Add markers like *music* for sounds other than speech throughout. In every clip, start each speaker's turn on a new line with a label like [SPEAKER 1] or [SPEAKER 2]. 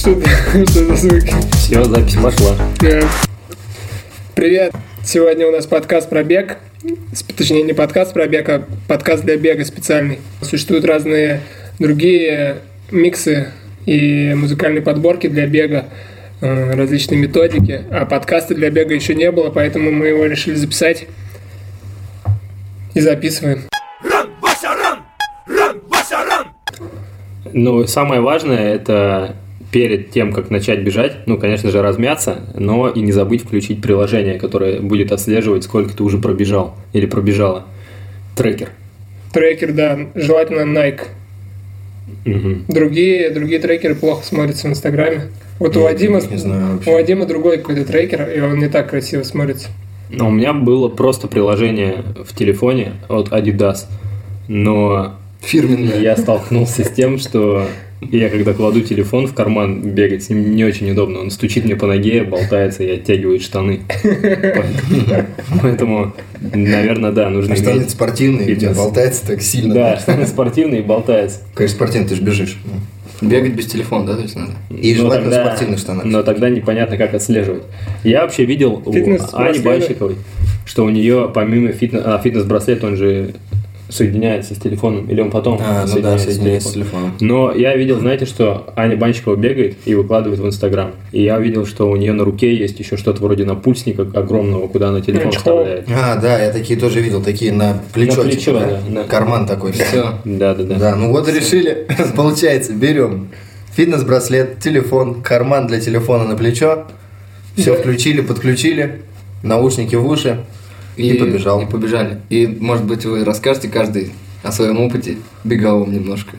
[SPEAKER 1] Что за звуки?
[SPEAKER 2] Все, запись пошла.
[SPEAKER 1] Да. Привет. Сегодня у нас подкаст про бег. С- Точнее, не подкаст про бег, а подкаст для бега специальный. Существуют разные другие миксы и музыкальные подборки для бега, э, различные методики. А подкаста для бега еще не было, поэтому мы его решили записать и записываем.
[SPEAKER 2] Ну, самое важное, это перед тем, как начать бежать, ну, конечно же, размяться, но и не забыть включить приложение, которое будет отслеживать, сколько ты уже пробежал или пробежала. Трекер.
[SPEAKER 1] Трекер, да, желательно Nike.
[SPEAKER 2] Мгм.
[SPEAKER 1] Другие, другие трекеры плохо смотрятся в Инстаграме. Вот у Вадима,
[SPEAKER 3] не знаю
[SPEAKER 1] у
[SPEAKER 3] вообще.
[SPEAKER 1] Вадима другой какой-то трекер, и он не так красиво смотрится.
[SPEAKER 2] Но А у меня было просто приложение в телефоне от Adidas, но
[SPEAKER 3] Фирменная.
[SPEAKER 2] я столкнулся с тем, что я когда кладу телефон в карман, бегать с ним не очень удобно. Он стучит мне по ноге, болтается и оттягивает штаны. Поэтому, наверное, да, нужно
[SPEAKER 3] А штаны
[SPEAKER 2] иметь...
[SPEAKER 3] спортивные, где
[SPEAKER 2] Фитнес.
[SPEAKER 3] болтается так сильно.
[SPEAKER 2] Да, штаны спортивные и болтается.
[SPEAKER 3] Конечно, спортивный, ты же бежишь.
[SPEAKER 4] Бегать без телефона, да, то есть надо?
[SPEAKER 3] И
[SPEAKER 2] Но
[SPEAKER 3] желательно в
[SPEAKER 2] Ну, тогда-
[SPEAKER 3] спортивных штанах.
[SPEAKER 2] Но тогда непонятно, как отслеживать. Я вообще видел у
[SPEAKER 1] Фитнес-
[SPEAKER 2] Ани
[SPEAKER 1] браслеты.
[SPEAKER 2] Бальщиковой, что у нее помимо фитнес... А, фитнес-браслет, он же соединяется с телефоном, или он потом
[SPEAKER 4] А, ну да, соединяется с телефоном.
[SPEAKER 2] Но я видел, знаете, что Аня Банщикова бегает и выкладывает в Инстаграм. И я видел, что у нее на руке есть еще что-то вроде напульсника огромного, куда она телефон
[SPEAKER 1] Чехол.
[SPEAKER 2] вставляет.
[SPEAKER 3] А, да, я такие тоже видел, такие на плечо.
[SPEAKER 2] На плечо,
[SPEAKER 3] типа,
[SPEAKER 2] да, да.
[SPEAKER 3] Карман такой.
[SPEAKER 4] Все.
[SPEAKER 2] Да-да-да.
[SPEAKER 3] Да, ну вот решили. *laughs* Получается, берем фитнес-браслет, телефон, карман для телефона на плечо. Все
[SPEAKER 1] Да.
[SPEAKER 3] включили, подключили, наушники в уши. И, побежал.
[SPEAKER 4] И побежали. И, может быть, вы расскажете каждый о своем опыте беговом немножко.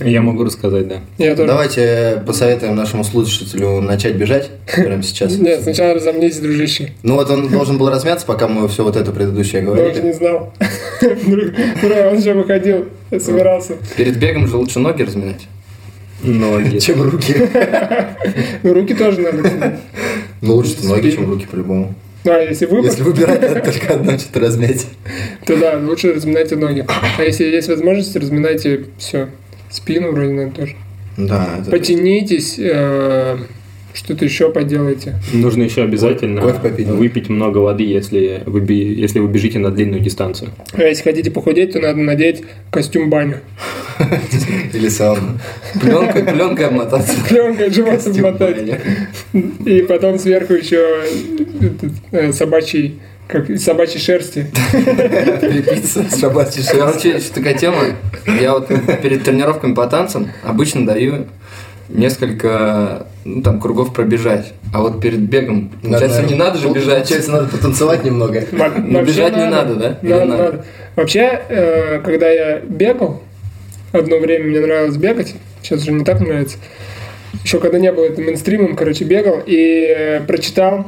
[SPEAKER 2] Я могу рассказать, да.
[SPEAKER 1] Я тоже.
[SPEAKER 3] Давайте э, посоветуем нашему слушателю начать бежать прямо сейчас.
[SPEAKER 1] Нет, сначала разомнись, дружище.
[SPEAKER 3] Ну вот он должен был размяться, пока мы все вот это предыдущее
[SPEAKER 1] Я уже не
[SPEAKER 3] говорили.
[SPEAKER 1] знал. *laughs* Ура, он же выходил, собирался.
[SPEAKER 4] Перед бегом же лучше ноги разминать.
[SPEAKER 2] Но если-
[SPEAKER 3] Чем руки.
[SPEAKER 1] Ну, руки тоже надо.
[SPEAKER 3] Ну лучше что ноги, чем руки по-любому.
[SPEAKER 1] А если выбор,
[SPEAKER 3] Если выбирать, надо только одно что-то размять.
[SPEAKER 1] то да, лучше разминайте ноги. А если есть возможность, разминайте все. Спину вроде надо тоже.
[SPEAKER 3] Да, это-
[SPEAKER 1] Потянитесь, э, что-то еще поделайте.
[SPEAKER 2] Нужно еще обязательно
[SPEAKER 3] Кофе попить надо.
[SPEAKER 2] выпить много воды, если вы, бе- если вы бежите на длинную дистанцию.
[SPEAKER 1] А если хотите похудеть, то надо надеть костюм *laughs* баню.
[SPEAKER 3] Или сауна.
[SPEAKER 4] Пленкой, пленкой обмотаться. Типа,
[SPEAKER 1] Пленкой живот обмотать.
[SPEAKER 3] Тем более.
[SPEAKER 1] И потом сверху еще этот, э, собачий, как из собачьей шерсти.
[SPEAKER 3] Припиться с собачьей шерстью.
[SPEAKER 4] Короче, еще а такая тема. Я вот перед тренировками по танцам обычно даю несколько ну, там, кругов пробежать. А вот перед бегом, получается, не надо же
[SPEAKER 3] Пол-
[SPEAKER 4] бежать.
[SPEAKER 3] Ну, Получается, надо потанцевать немного.
[SPEAKER 1] *laughs* Во-
[SPEAKER 4] Но
[SPEAKER 1] вообще
[SPEAKER 4] бежать не надо, да? Или
[SPEAKER 1] Надо,
[SPEAKER 4] надо?
[SPEAKER 1] надо. Вообще, э, когда я бегал, одно время мне нравилось бегать, сейчас уже не так нравится. Еще когда не было это мейнстримом, короче, бегал и э, прочитал,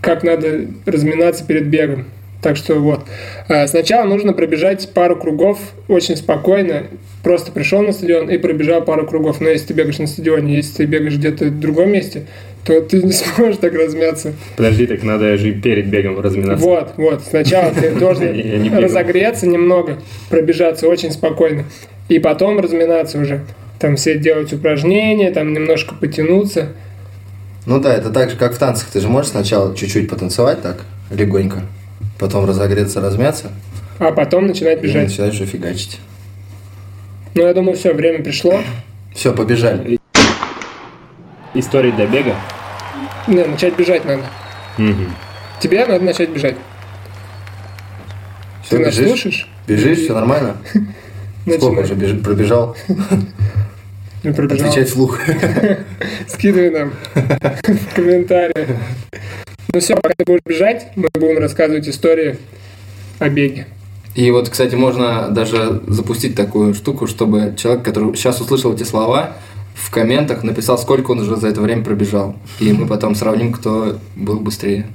[SPEAKER 1] как надо разминаться перед бегом. Так что вот. Э, Сначала нужно пробежать пару кругов очень спокойно. Просто пришел на стадион и пробежал пару кругов. Но если ты бегаешь на стадионе, если ты бегаешь где-то в другом месте, то ты не *laughs* сможешь так размяться.
[SPEAKER 2] Подожди, так надо же и перед бегом разминаться.
[SPEAKER 1] Вот, вот. Сначала ты
[SPEAKER 2] Я не
[SPEAKER 1] должен
[SPEAKER 2] бегал.
[SPEAKER 1] разогреться немного, пробежаться очень спокойно, и потом разминаться уже. Там все делать упражнения, там немножко потянуться.
[SPEAKER 3] Ну да, это так же, как в танцах. Ты же можешь сначала чуть-чуть потанцевать так, легонько, потом разогреться, размяться,
[SPEAKER 1] А потом начинать
[SPEAKER 3] и
[SPEAKER 1] бежать.
[SPEAKER 3] начинаешь уже фигачить.
[SPEAKER 1] Ну, я думаю, все, время пришло.
[SPEAKER 3] Все, побежали.
[SPEAKER 2] История для бега.
[SPEAKER 1] Не, начать бежать надо.
[SPEAKER 2] Мгм.
[SPEAKER 1] Тебе надо начать бежать.
[SPEAKER 3] Все,
[SPEAKER 1] Ты нас
[SPEAKER 3] бежишь,
[SPEAKER 1] слушаешь?
[SPEAKER 3] бежишь, все нормально. Сколько
[SPEAKER 1] Начинай.
[SPEAKER 3] уже беж- пробежал?
[SPEAKER 1] Ну, пробежал.
[SPEAKER 3] Отвечать вслух.
[SPEAKER 1] Скидывай нам *laughs* в комментариях. Ну все, пока ты будешь бежать, мы будем рассказывать истории о беге.
[SPEAKER 4] И вот, кстати, можно даже запустить такую штуку, чтобы человек, который сейчас услышал эти слова, в комментах написал, сколько он уже за это время пробежал. И мы потом сравним, кто был быстрее.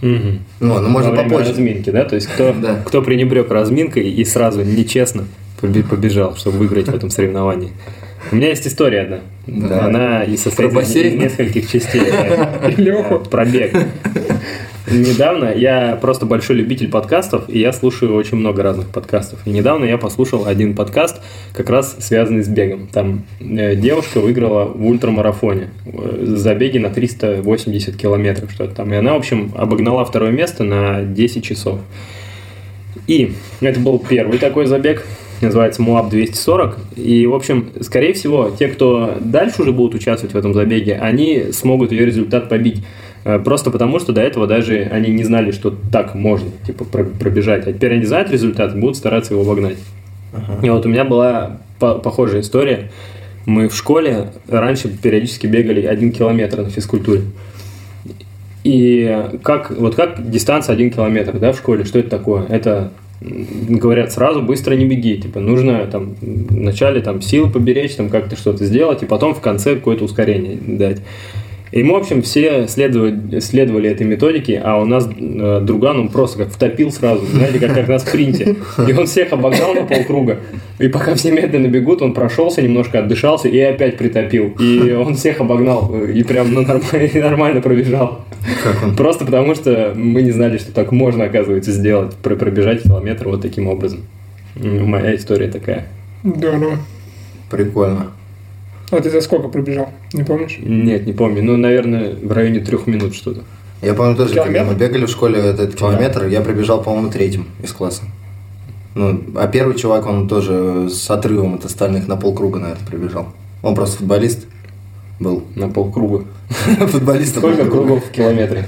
[SPEAKER 2] Мгм.
[SPEAKER 3] Ну, ну
[SPEAKER 2] Во
[SPEAKER 3] можно
[SPEAKER 2] время
[SPEAKER 3] попозже.
[SPEAKER 2] разминки, да? То есть кто,
[SPEAKER 4] Да.
[SPEAKER 2] кто пренебрег разминкой и сразу нечестно побе- побежал, чтобы выиграть в этом соревновании. У меня есть история одна.
[SPEAKER 4] Да.
[SPEAKER 2] Она и состоит
[SPEAKER 4] Про
[SPEAKER 2] из
[SPEAKER 4] бассейн? *laughs*
[SPEAKER 2] нескольких частей. да.
[SPEAKER 1] Леху.
[SPEAKER 2] Пробег. Недавно я просто большой любитель подкастов, и я слушаю очень много разных подкастов. И недавно я послушал один подкаст, как раз связанный с бегом. Там э, девушка выиграла в ультрамарафоне э, за беги на 380 километров, что-то там. И она, в общем, обогнала второе место на 10 часов. И это был первый такой забег, называется Муап 240. И, в общем, скорее всего, те, кто дальше уже будут участвовать в этом забеге, они смогут ее результат побить. Э, Просто потому, что до этого даже они не знали, что так можно типа, про- пробежать. А теперь они знают результат и будут стараться его обогнать. И вот у меня была по- похожая история. Мы в школе раньше периодически бегали один километр на физкультуре. И как, вот как дистанция 1 километр да, в школе, что это такое? Это м, говорят сразу быстро не беги, типа нужно там м, вначале там силы поберечь, там как-то что-то сделать, и потом в конце какое-то ускорение дать. И мы, в общем, все следовали, следовали этой методике, а у нас э, друган, он просто как втопил сразу, знаете, как, как на спринте. И он всех обогнал на полкруга. И пока все медленно бегут, он прошелся, немножко отдышался и опять притопил. И он всех обогнал э, *laughs* и прям ну, нормально, нормально пробежал.
[SPEAKER 3] Как он?
[SPEAKER 2] Просто потому, что мы не знали, что так можно, оказывается, сделать, про- пробежать километр вот таким образом. М, Моя история такая.
[SPEAKER 1] Здорово.
[SPEAKER 3] Прикольно.
[SPEAKER 1] А ты за сколько пробежал? Не помнишь?
[SPEAKER 2] Нет, не помню. Ну, наверное, в районе трех минут что-то.
[SPEAKER 3] Я помню тоже, когда
[SPEAKER 1] Километр?
[SPEAKER 3] мы бегали в школе этот километр, я прибежал, по-моему, третьим из класса. Ну, а первый чувак, он тоже с отрывом от остальных на полкруга, наверное, прибежал. Он просто футболист был. *laughs*
[SPEAKER 2] На полкруга.
[SPEAKER 3] Футболист.
[SPEAKER 2] Сколько кругов в километре?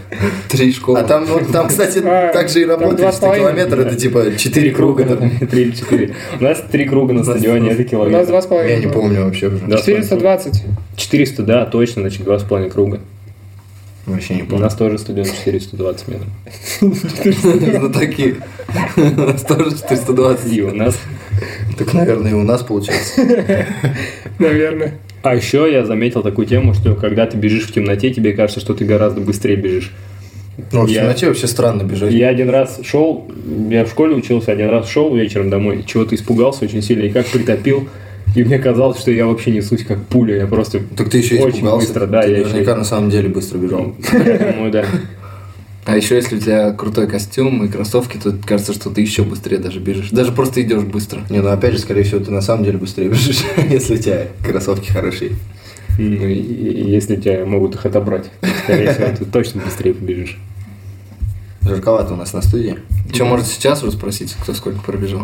[SPEAKER 4] Три школы.
[SPEAKER 3] А там, ну, там, кстати,
[SPEAKER 1] А,
[SPEAKER 3] так же и
[SPEAKER 1] там два
[SPEAKER 3] работает,
[SPEAKER 1] с
[SPEAKER 3] что
[SPEAKER 1] половиной,
[SPEAKER 3] километр, это типа 4
[SPEAKER 2] Три круга.
[SPEAKER 3] круга. там.
[SPEAKER 2] да, *laughs* Три или четыре. У нас три круга на стадионе, это
[SPEAKER 1] У нас два
[SPEAKER 2] километр.
[SPEAKER 1] с половиной.
[SPEAKER 3] Я не
[SPEAKER 1] было.
[SPEAKER 3] помню вообще уже.
[SPEAKER 2] Да.
[SPEAKER 1] 420.
[SPEAKER 2] 400, да, точно, значит, два с половиной круга.
[SPEAKER 3] Вообще не
[SPEAKER 2] У
[SPEAKER 3] *laughs* помню.
[SPEAKER 2] нас тоже стадион 420 метров.
[SPEAKER 3] Ну,
[SPEAKER 4] За таких. У нас тоже 420.
[SPEAKER 2] И у нас *laughs*
[SPEAKER 3] Так, наверное, и у нас получается.
[SPEAKER 1] Наверное.
[SPEAKER 2] А еще я заметил такую тему, что когда ты бежишь в темноте, тебе кажется, что ты гораздо быстрее бежишь.
[SPEAKER 3] Ну, в
[SPEAKER 2] Я-
[SPEAKER 3] темноте вообще странно бежать.
[SPEAKER 2] Я один раз шел, я в школе учился, один раз шел вечером домой, чего-то испугался очень сильно и как притопил. И мне казалось, что я вообще несусь как пуля, я просто...
[SPEAKER 3] Так ты еще и
[SPEAKER 2] Очень
[SPEAKER 3] испугался.
[SPEAKER 2] быстро, да,
[SPEAKER 3] Ты
[SPEAKER 2] я еще и-
[SPEAKER 3] наверняка на самом деле быстро бежал.
[SPEAKER 2] Думаю, да.
[SPEAKER 4] А еще если у тебя крутой костюм и кроссовки, то кажется, что ты еще быстрее даже бежишь. Даже просто идешь быстро.
[SPEAKER 3] Не, ну опять же, скорее всего, ты на самом деле быстрее бежишь, *laughs* если у тебя кроссовки хорошие.
[SPEAKER 2] Ну, и- и Если тебя могут их отобрать, то, скорее всего, ты точно быстрее побежишь.
[SPEAKER 3] Жарковато у нас на студии.
[SPEAKER 4] Че, может сейчас уже спросить, кто сколько пробежал?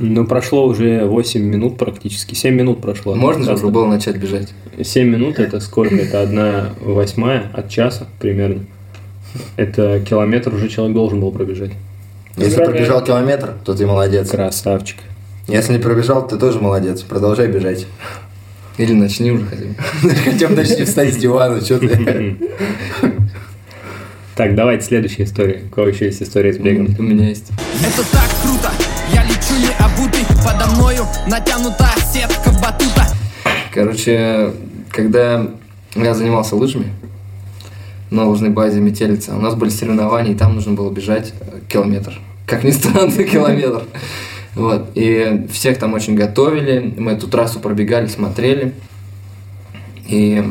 [SPEAKER 2] Ну, прошло уже 8 минут практически, 7 минут прошло.
[SPEAKER 4] Можно же уже было начать бежать.
[SPEAKER 2] 7 минут это сколько? Это 1 восьмая от часа примерно. Это километр уже человек должен был пробежать.
[SPEAKER 3] Если
[SPEAKER 1] Поздравляю.
[SPEAKER 3] пробежал километр, то ты молодец.
[SPEAKER 2] Красавчик.
[SPEAKER 3] Если не пробежал, ты тоже молодец. Продолжай бежать. *laughs*
[SPEAKER 4] Или начни уже хотя бы.
[SPEAKER 3] Хотя бы начни встать с дивана, что ты.
[SPEAKER 2] Так, давайте следующая история. У кого еще есть история с бегом?
[SPEAKER 4] У меня есть.
[SPEAKER 5] Это так круто, я лечу не обутый Подо мною натянута сетка батута
[SPEAKER 4] Короче, когда я занимался лыжами на лыжной базе Метелица, у нас были соревнования, и там нужно было бежать э, километр. Как ни странно, *laughs* километр. Вот. И всех там очень готовили. Мы эту трассу пробегали, смотрели. И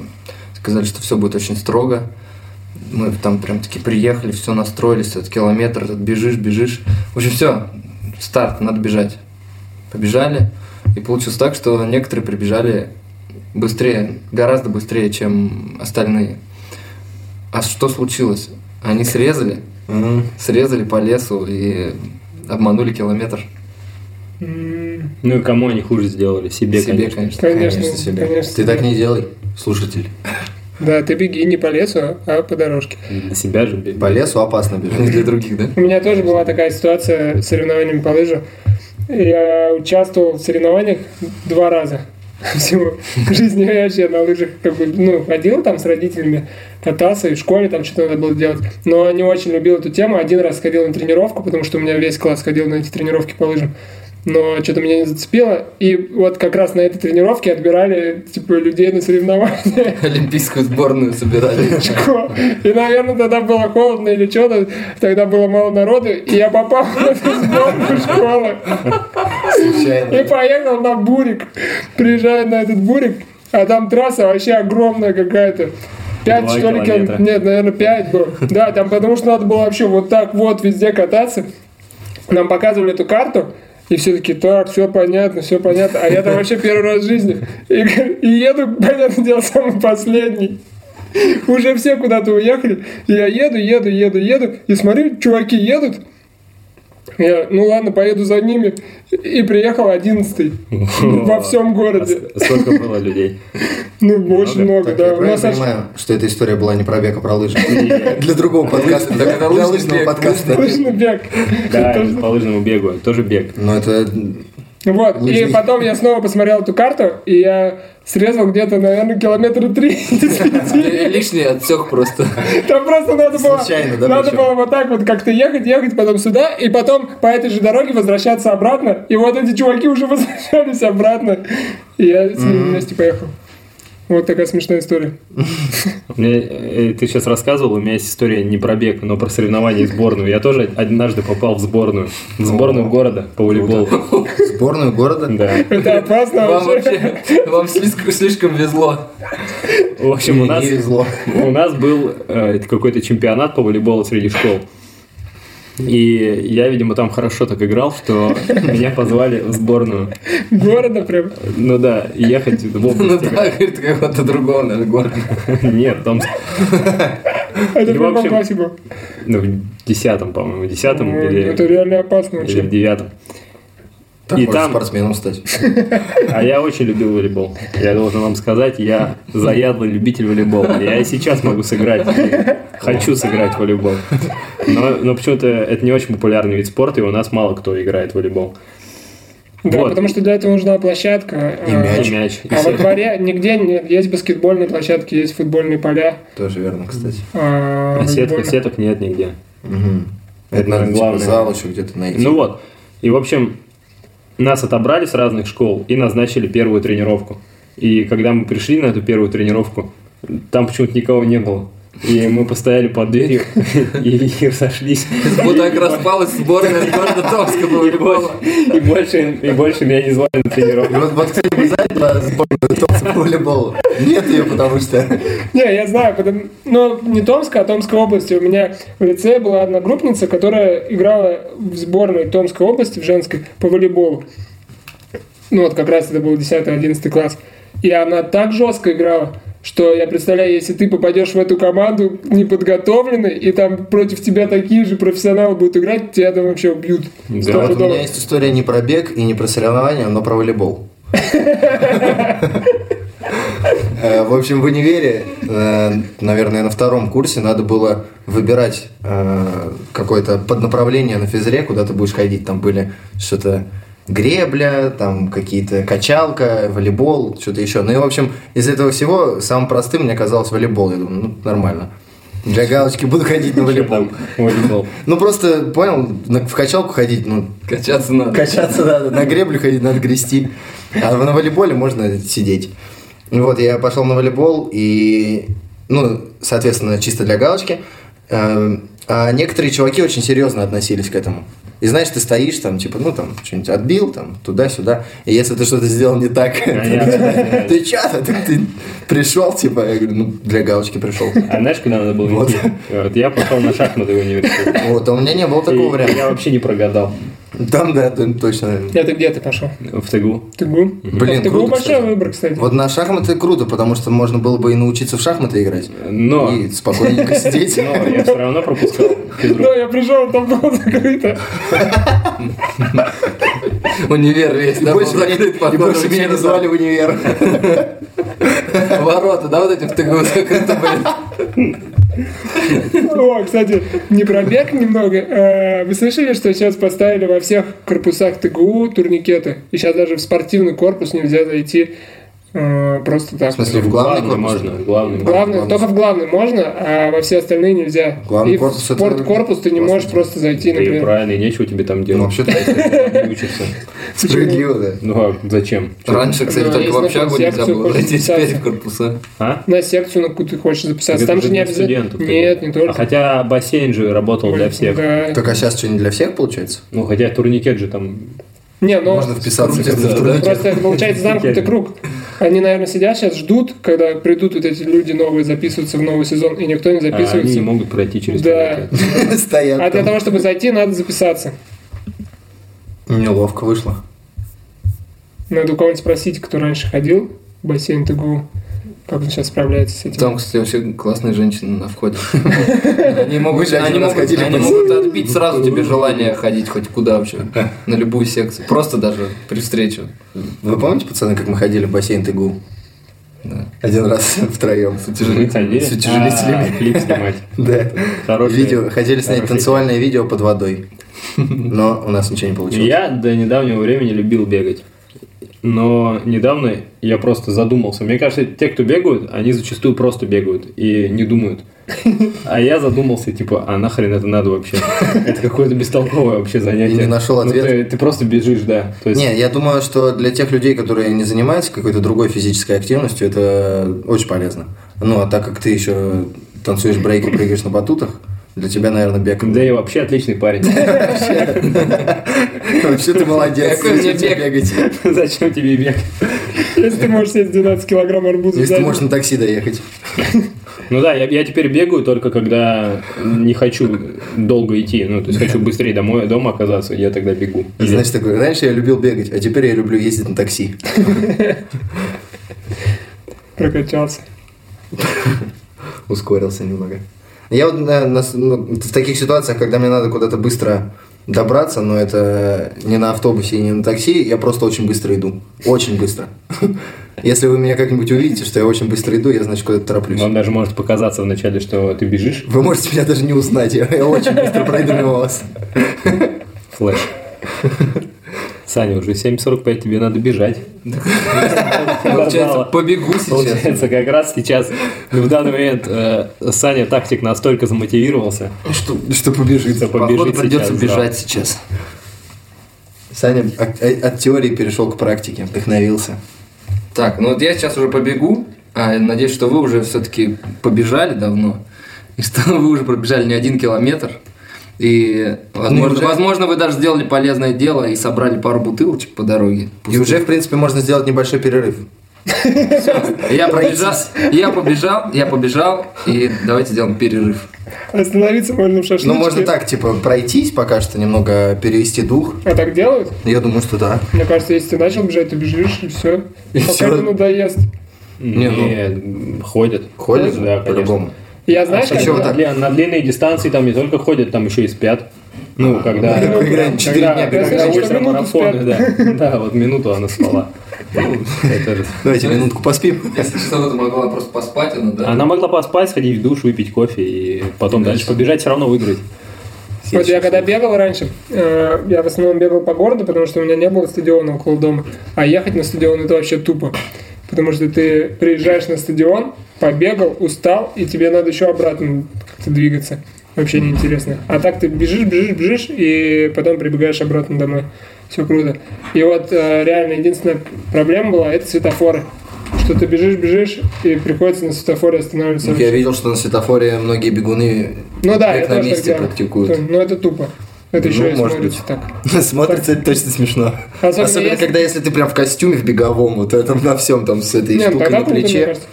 [SPEAKER 4] сказали, что все будет очень строго. Мы там прям таки приехали, все настроились, этот километр, этот бежишь, бежишь. В общем, все, старт, надо бежать. Побежали, и получилось так, что некоторые прибежали быстрее, гораздо быстрее, чем остальные. А что случилось? Они срезали,
[SPEAKER 3] Мгм.
[SPEAKER 4] срезали по лесу и обманули километр.
[SPEAKER 1] М,
[SPEAKER 2] Ну и кому они хуже сделали? Себе,
[SPEAKER 4] Себе,
[SPEAKER 2] конечно.
[SPEAKER 4] конечно.
[SPEAKER 1] Конечно,
[SPEAKER 3] себе.
[SPEAKER 1] конечно,
[SPEAKER 3] Ты так
[SPEAKER 1] себе.
[SPEAKER 3] не делай, слушатель.
[SPEAKER 1] Да, ты беги не по лесу, а по дорожке.
[SPEAKER 2] Для себя же бегать.
[SPEAKER 3] По лесу опасно
[SPEAKER 4] Не
[SPEAKER 3] бежать.
[SPEAKER 4] для других, да? *laughs*
[SPEAKER 1] У меня тоже была такая ситуация с соревнованиями по лыжам. Я участвовал в соревнованиях два раза *laughs* всего в жизни. Я вообще на лыжах как бы, ну, ходил там с родителями, катался, и в школе там что-то надо было делать. Но не очень любил эту тему. Один раз ходил на тренировку, потому что у меня весь класс ходил на эти тренировки по лыжам. Но что-то меня не зацепило. И вот как раз на этой тренировке отбирали типа, людей на соревнования.
[SPEAKER 4] Олимпийскую сборную собирали.
[SPEAKER 1] очко. И, наверное, тогда было холодно или что-то, тогда было мало народу, и я попал в эту сборную школы. *laughs* И
[SPEAKER 3] Случайно.
[SPEAKER 1] поехал на бурик. Приезжаю на этот бурик, а там трасса вообще огромная какая-то. Пять,
[SPEAKER 2] Два
[SPEAKER 1] что
[SPEAKER 2] километра.
[SPEAKER 1] ли, километров? Нет, наверное, пять было. Да, там потому что надо было вообще вот так вот везде кататься. Нам показывали эту карту, и все таки так, все понятно, все понятно. А я там вообще первый раз в жизни. И, *laughs* и еду, понятное дело, самый последний. *laughs* Уже все куда-то уехали. И Я еду, еду, еду, еду. И смотрю, чуваки едут. Я, ну ладно, поеду за ними. И приехал
[SPEAKER 3] *laughs*
[SPEAKER 1] одиннадцатый во всем городе.
[SPEAKER 2] А с- Сколько было людей?
[SPEAKER 1] Ну, очень много,
[SPEAKER 3] Так,
[SPEAKER 1] да.
[SPEAKER 3] я
[SPEAKER 1] У нас
[SPEAKER 3] правильно
[SPEAKER 1] аж-
[SPEAKER 3] понимаю, что эта история была не про бег, а про лыжи. Для другого подкаста, для
[SPEAKER 4] лыжный
[SPEAKER 3] лыжного
[SPEAKER 4] бег,
[SPEAKER 3] подкаста.
[SPEAKER 1] *laughs* Слышно бег.
[SPEAKER 2] Да, по лыжному бегу. Тоже бег.
[SPEAKER 3] Но это
[SPEAKER 1] Вот, и
[SPEAKER 3] Лыжник.
[SPEAKER 1] потом я снова посмотрел эту карту, и я срезал где-то, наверное, километра
[SPEAKER 3] *laughs*
[SPEAKER 1] три. *laughs*
[SPEAKER 4] Э, Лишний отсек просто.
[SPEAKER 1] Там просто надо было...
[SPEAKER 3] Случайно, да,
[SPEAKER 1] Надо
[SPEAKER 3] причем?
[SPEAKER 1] было вот так вот как-то ехать, ехать потом сюда, и потом по этой же дороге возвращаться обратно. И вот эти чуваки уже *laughs* возвращались обратно. И я с ними вместе поехал. Вот такая смешная история.
[SPEAKER 2] У меня, э, ты сейчас рассказывал, у меня есть история не про бег, но про соревнования и сборную. Я тоже однажды попал в сборную. В сборную города по волейболу.
[SPEAKER 3] сборную города.
[SPEAKER 2] *laughs* Да.
[SPEAKER 1] Это опасно
[SPEAKER 4] Вам
[SPEAKER 1] вообще.
[SPEAKER 4] вообще, вам слишком, слишком везло.
[SPEAKER 2] В общем, у
[SPEAKER 3] Мне
[SPEAKER 2] нас,
[SPEAKER 3] не везло.
[SPEAKER 2] у нас был э, какой-то чемпионат по волейболу среди школ. И я, видимо, там хорошо так играл, что *laughs* меня позвали в сборную.
[SPEAKER 1] *laughs* Города прям.
[SPEAKER 2] Ну да, ехать
[SPEAKER 1] *laughs*
[SPEAKER 2] в
[SPEAKER 4] Ну
[SPEAKER 2] область
[SPEAKER 4] да, говорит, какого-то другого, наверное, города.
[SPEAKER 2] играть. Нет, там
[SPEAKER 1] Это
[SPEAKER 2] И,
[SPEAKER 1] в
[SPEAKER 2] в
[SPEAKER 1] любом
[SPEAKER 2] общем,
[SPEAKER 1] классе был.
[SPEAKER 2] ну, в десятом, по-моему, в десятом или,
[SPEAKER 1] Ну, Это реально опасно
[SPEAKER 2] или в
[SPEAKER 1] вообще.
[SPEAKER 2] девятом.
[SPEAKER 3] Так
[SPEAKER 2] И
[SPEAKER 3] можно
[SPEAKER 2] там-
[SPEAKER 3] спортсменом стать.
[SPEAKER 2] А я очень любил волейбол. Я должен вам сказать, я заядлый любитель волейбола. Я и сейчас могу сыграть. И Хочу сыграть в волейбол. Но, но почему-то это не очень популярный вид спорта, и у нас мало кто играет в волейбол.
[SPEAKER 1] Да,
[SPEAKER 2] Вот.
[SPEAKER 1] потому что для этого нужна площадка.
[SPEAKER 3] И
[SPEAKER 1] а,
[SPEAKER 3] мяч.
[SPEAKER 2] И мяч. и
[SPEAKER 1] А во
[SPEAKER 2] всё.
[SPEAKER 1] дворе нигде нет. Есть баскетбольные площадки, есть футбольные поля.
[SPEAKER 3] Тоже верно, кстати.
[SPEAKER 1] а,
[SPEAKER 2] А сетка-
[SPEAKER 1] волейбольные.
[SPEAKER 2] сеток нет нигде.
[SPEAKER 3] Мгм.
[SPEAKER 2] Это,
[SPEAKER 3] Это надо
[SPEAKER 2] наверное,
[SPEAKER 3] типа
[SPEAKER 2] главное.
[SPEAKER 3] зал еще где-то найти.
[SPEAKER 2] Ну вот. И, в общем, нас отобрали с разных школ и назначили первую тренировку. И когда мы пришли на эту первую тренировку, там почему-то никого не было. И мы постояли под дверью *laughs* и, и сошлись.
[SPEAKER 4] Вот так распалась сборная города Томска по
[SPEAKER 2] И больше,
[SPEAKER 4] волейболу.
[SPEAKER 2] и, больше, и больше меня не звали на
[SPEAKER 3] И
[SPEAKER 2] тренировку.
[SPEAKER 3] вот, вот кто не знает про сборную Томска по волейболу? Нет ее, потому что...
[SPEAKER 1] Не, я знаю, потому- но не Томска, а Томской области. У меня в лицее была одногруппница, которая играла в сборной Томской области, в женской, по волейболу. Ну вот как раз это был 10-11 класс. И она так жестко играла, что я представляю, если ты попадешь в эту команду неподготовленный, и там против тебя такие же профессионалы будут играть, тебя там вообще убьют.
[SPEAKER 2] Да,
[SPEAKER 3] Вот у
[SPEAKER 1] Стопудово.
[SPEAKER 3] меня есть история не про бег и не про соревнования, но про волейбол. Э, В общем, в универе, э, наверное, на втором курсе надо было выбирать э, какое-то поднаправление на физре, куда ты будешь ходить. Там были что-то гребля, там какие-то качалка, волейбол, что-то еще. Ну и, в общем, из этого всего самым простым мне казалось волейбол. Я думаю, ну, нормально. Для галочки буду ходить на *laughs* волейбол.
[SPEAKER 2] Волейбол.
[SPEAKER 3] Ну, просто, понял, на- в качалку ходить, ну,
[SPEAKER 4] Качаться надо.
[SPEAKER 3] Качаться надо, на греблю ходить надо грести. А на волейболе можно сидеть. Ну Вот, я пошел на волейбол и, ну, соответственно, чисто для галочки. Эм, А некоторые чуваки очень серьезно относились к этому. И знаешь, ты стоишь там, типа, ну там, что-нибудь отбил, там, туда-сюда. И если ты что-то сделал не так,
[SPEAKER 2] Понятно.
[SPEAKER 3] *laughs* ты че ты, ты пришел, типа, я говорю, ну, для галочки пришел.
[SPEAKER 2] А знаешь, куда надо было
[SPEAKER 3] Вот.
[SPEAKER 2] идти? Вот я пошел на шахматы в университет.
[SPEAKER 3] Вот, а у меня не было *laughs* такого
[SPEAKER 2] И
[SPEAKER 3] варианта.
[SPEAKER 2] я вообще не прогадал
[SPEAKER 3] Там, да, т- точно. наверное.
[SPEAKER 1] Это где ты пошел?
[SPEAKER 2] в тыгу.
[SPEAKER 1] В ТГУ? в
[SPEAKER 3] Блин,
[SPEAKER 1] ТГУ
[SPEAKER 3] круто,
[SPEAKER 1] большой
[SPEAKER 3] кстати.
[SPEAKER 1] выбор, кстати.
[SPEAKER 3] Вот на шахматы круто, потому что можно было бы и научиться в шахматы играть.
[SPEAKER 2] Но,
[SPEAKER 3] И спокойненько сидеть.
[SPEAKER 2] но я все равно пропускал физру.
[SPEAKER 1] Да, я пришел, там было закрыто.
[SPEAKER 4] Универ весь,
[SPEAKER 3] И
[SPEAKER 4] да,
[SPEAKER 3] больше
[SPEAKER 4] был закрыт по
[SPEAKER 3] меня- и
[SPEAKER 4] ходу
[SPEAKER 3] больше меня
[SPEAKER 4] учебника.
[SPEAKER 3] не звали в универ.
[SPEAKER 4] Ворота, да, вот эти в ТГУ закрыты были.
[SPEAKER 1] О, кстати, не пробег немного. Э, Вы слышали, что сейчас поставили во всех корпусах ТГУ турникеты? И сейчас даже в спортивный корпус нельзя зайти э, просто так.
[SPEAKER 3] В смысле, в главный
[SPEAKER 2] Главный
[SPEAKER 3] корпус?
[SPEAKER 2] можно, главный.
[SPEAKER 1] В главный,
[SPEAKER 3] главный.
[SPEAKER 1] только в главный можно, а во все остальные нельзя.
[SPEAKER 3] Главный
[SPEAKER 1] и
[SPEAKER 3] корпус
[SPEAKER 1] в
[SPEAKER 3] это-
[SPEAKER 1] спорткорпус ты не
[SPEAKER 3] Классно.
[SPEAKER 1] можешь просто зайти,
[SPEAKER 2] Да и
[SPEAKER 1] например.
[SPEAKER 2] правильно, и нечего тебе там
[SPEAKER 3] Ну,
[SPEAKER 2] делать.
[SPEAKER 3] вообще-то
[SPEAKER 2] Не учишься.
[SPEAKER 3] *laughs* справедливо, да.
[SPEAKER 2] Ну а зачем?
[SPEAKER 4] Раньше, кстати,
[SPEAKER 1] Да,
[SPEAKER 4] только в
[SPEAKER 1] если
[SPEAKER 4] общагу
[SPEAKER 1] в
[SPEAKER 4] нельзя
[SPEAKER 1] секцию
[SPEAKER 4] было зайти,
[SPEAKER 1] хочется
[SPEAKER 4] теперь
[SPEAKER 1] записаться.
[SPEAKER 4] в корпуса.
[SPEAKER 2] А?
[SPEAKER 1] На секцию, на какую ты хочешь записаться.
[SPEAKER 2] Это
[SPEAKER 1] Там
[SPEAKER 2] же
[SPEAKER 1] же не
[SPEAKER 2] для
[SPEAKER 1] обязательно.
[SPEAKER 2] студентов.
[SPEAKER 1] Нет, не
[SPEAKER 2] А
[SPEAKER 1] только.
[SPEAKER 2] хотя бассейн же работал для всех.
[SPEAKER 1] Да.
[SPEAKER 3] Только сейчас что, не для всех получается?
[SPEAKER 2] Ну хотя турникет же там. а
[SPEAKER 1] Не, ну,
[SPEAKER 3] Можно вписаться
[SPEAKER 4] Крутится,
[SPEAKER 3] в этот
[SPEAKER 4] да.
[SPEAKER 3] турникет.
[SPEAKER 1] просто получается замкнутый круг. Они, наверное, сидят сейчас, ждут, когда придут вот эти люди новые, записываются в новый сезон, и никто не
[SPEAKER 2] А они
[SPEAKER 1] записывается.
[SPEAKER 2] не могут пройти через
[SPEAKER 1] Да.
[SPEAKER 3] *laughs*
[SPEAKER 2] тебя.
[SPEAKER 3] Стоят
[SPEAKER 1] А для
[SPEAKER 3] там.
[SPEAKER 1] того, чтобы зайти, надо записаться.
[SPEAKER 3] Неловко вышло.
[SPEAKER 1] Надо у кого-нибудь спросить, кто раньше ходил в бассейн ТГУ, как он сейчас справляется с этим.
[SPEAKER 4] Там, кстати, вообще классные женщины на входе. Они могут,
[SPEAKER 3] же один
[SPEAKER 4] они
[SPEAKER 3] раз
[SPEAKER 4] могут,
[SPEAKER 3] ходили в
[SPEAKER 4] они могут отбить сразу тебе желание ходить хоть куда вообще, на любую секцию, просто даже при встрече.
[SPEAKER 3] Вы помните, пацаны, как мы ходили в бассейн Тыгу?
[SPEAKER 4] Да.
[SPEAKER 3] Один раз *laughs* втроем.
[SPEAKER 2] Мы ходили.
[SPEAKER 3] С утяжелителями.
[SPEAKER 2] А, Клип снимать.
[SPEAKER 3] Да.
[SPEAKER 2] Хорошее-
[SPEAKER 3] Видео. Хотели снять
[SPEAKER 2] хорошее.
[SPEAKER 3] танцевальное видео под водой. Но у нас ничего не получилось.
[SPEAKER 2] Ну, Я до недавнего времени любил бегать. Но недавно я просто задумался. Мне кажется, те, кто бегают, они зачастую просто бегают и не думают. А я задумался, типа, а нахрен это надо вообще? Это какое-то бестолковое вообще занятие.
[SPEAKER 3] И не нашел
[SPEAKER 2] Ну,
[SPEAKER 3] ответа?
[SPEAKER 2] ты, ты просто бежишь, да. То есть,
[SPEAKER 3] Не, я думаю, что для тех людей, которые не занимаются какой-то другой физической активностью, это очень полезно. Ну, а так как ты еще танцуешь брейк и прыгаешь на батутах, для тебя, наверное, бег...
[SPEAKER 2] да
[SPEAKER 3] *laughs*
[SPEAKER 2] я вообще отличный парень. *laughs*
[SPEAKER 3] Вообще ты молодец.
[SPEAKER 4] Какой мне
[SPEAKER 3] зачем тебе бегать?
[SPEAKER 2] Зачем тебе бег?
[SPEAKER 1] *laughs* Если ты можешь съесть 12 килограмм арбуза
[SPEAKER 3] Если
[SPEAKER 1] за
[SPEAKER 3] ты
[SPEAKER 1] день.
[SPEAKER 3] можешь на такси доехать.
[SPEAKER 2] Ну да, я, я теперь бегаю только когда не хочу долго идти. Ну, то есть хочу быстрее домой, дома оказаться, я тогда бегу. Или-
[SPEAKER 3] Знаешь, такой, раньше я любил бегать, а теперь я люблю ездить на такси.
[SPEAKER 1] прокачался.
[SPEAKER 3] Ускорился немного. Я вот на- на- ну, в таких ситуациях, когда мне надо куда-то быстро добраться, но это не на автобусе и не на такси, я просто очень быстро иду. Очень быстро. *laughs* Если вы меня как-нибудь увидите, что я очень быстро иду, я, значит, куда-то тороплюсь.
[SPEAKER 2] Вам даже может показаться вначале, что ты бежишь.
[SPEAKER 3] Вы можете меня даже не узнать, я, я очень быстро пройду мимо вас.
[SPEAKER 2] Флэш. Саня, уже 7.45, тебе надо бежать.
[SPEAKER 4] Получается,
[SPEAKER 2] Мало.
[SPEAKER 4] побегу сейчас.
[SPEAKER 2] Получается, как раз сейчас, ну, в данный момент, э, Саня тактик настолько замотивировался,
[SPEAKER 3] Что, что побежит.
[SPEAKER 2] что
[SPEAKER 4] Походу
[SPEAKER 2] побежит
[SPEAKER 4] придется
[SPEAKER 2] сейчас, да.
[SPEAKER 4] бежать сейчас.
[SPEAKER 3] Саня от, от теории перешел к практике, вдохновился.
[SPEAKER 4] Так, ну вот я сейчас уже побегу. А, я надеюсь, что вы уже все-таки побежали давно. И что вы уже пробежали не один километр. Ну, И, возможно,
[SPEAKER 3] уже-
[SPEAKER 4] возможно, вы даже сделали полезное дело и собрали пару бутылочек по дороге.
[SPEAKER 3] И уже, в принципе, можно сделать небольшой перерыв. Ну,
[SPEAKER 4] Я побежал, я побежал, я побежал, и давайте сделаем перерыв.
[SPEAKER 1] Остановиться можно в шашлычке.
[SPEAKER 3] Ну, можно так, типа, пройтись пока что, немного перевести дух.
[SPEAKER 1] А так делают?
[SPEAKER 3] Я думаю, что да.
[SPEAKER 1] Мне кажется, если ты начал бежать, ты бежишь, и все.
[SPEAKER 3] И
[SPEAKER 1] Пока
[SPEAKER 3] всё.
[SPEAKER 1] это надоест.
[SPEAKER 2] Не,
[SPEAKER 3] ну.
[SPEAKER 2] м, ходят. Да,
[SPEAKER 3] Ходят,
[SPEAKER 2] конечно.
[SPEAKER 3] по-любому.
[SPEAKER 1] Я знаешь, как
[SPEAKER 3] Ещё А вот
[SPEAKER 1] делаю?
[SPEAKER 3] так.
[SPEAKER 2] Для- на длинные дистанции там не только ходят, там еще и спят. Ну, когда...
[SPEAKER 3] Ну, такой играем четыре
[SPEAKER 2] когда-
[SPEAKER 3] дня,
[SPEAKER 2] когда
[SPEAKER 1] перед
[SPEAKER 2] ультрамарафоны,
[SPEAKER 1] этим.
[SPEAKER 2] да. Да, вот минуту она спала. Ну, это же-
[SPEAKER 3] *laughs* Давайте минутку поспим.
[SPEAKER 4] Если что, ты могла просто поспать, она, да?
[SPEAKER 2] Она могла поспать, сходить в душ, выпить кофе и потом дальше побежать, все равно выиграть.
[SPEAKER 1] Вот я когда бегал раньше, э, я в основном бегал по городу, потому что у меня не было стадиона около дома. А ехать на стадион это вообще тупо. Потому что ты приезжаешь на стадион, побегал, устал, и тебе надо еще обратно как-то двигаться. Вообще неинтересно. А так ты бежишь, бежишь, бежишь, и потом прибегаешь обратно домой. Все круто. И вот э, реально единственная проблема была это светофоры. Что ты бежишь, бежишь, и приходится на светофоре останавливаться.
[SPEAKER 3] Ну, Я видел, что на светофоре многие бегуны *laughs*
[SPEAKER 1] Ну да, я
[SPEAKER 3] бег на
[SPEAKER 1] тоже так
[SPEAKER 3] месте
[SPEAKER 1] делаю.
[SPEAKER 3] практикуют.
[SPEAKER 1] Ну это тупо. Это
[SPEAKER 3] Ну,
[SPEAKER 1] еще и
[SPEAKER 3] может
[SPEAKER 1] смотрится
[SPEAKER 3] быть.
[SPEAKER 1] так.
[SPEAKER 3] Смотрится это точно смешно.
[SPEAKER 1] Особенно
[SPEAKER 3] Особенно,
[SPEAKER 1] если-
[SPEAKER 3] когда если ты прям в костюме в беговом, вот этом на всем там с этой
[SPEAKER 1] Не, ну
[SPEAKER 3] штукой
[SPEAKER 1] тогда
[SPEAKER 3] на
[SPEAKER 1] круто, мне
[SPEAKER 3] плече.
[SPEAKER 1] кажется.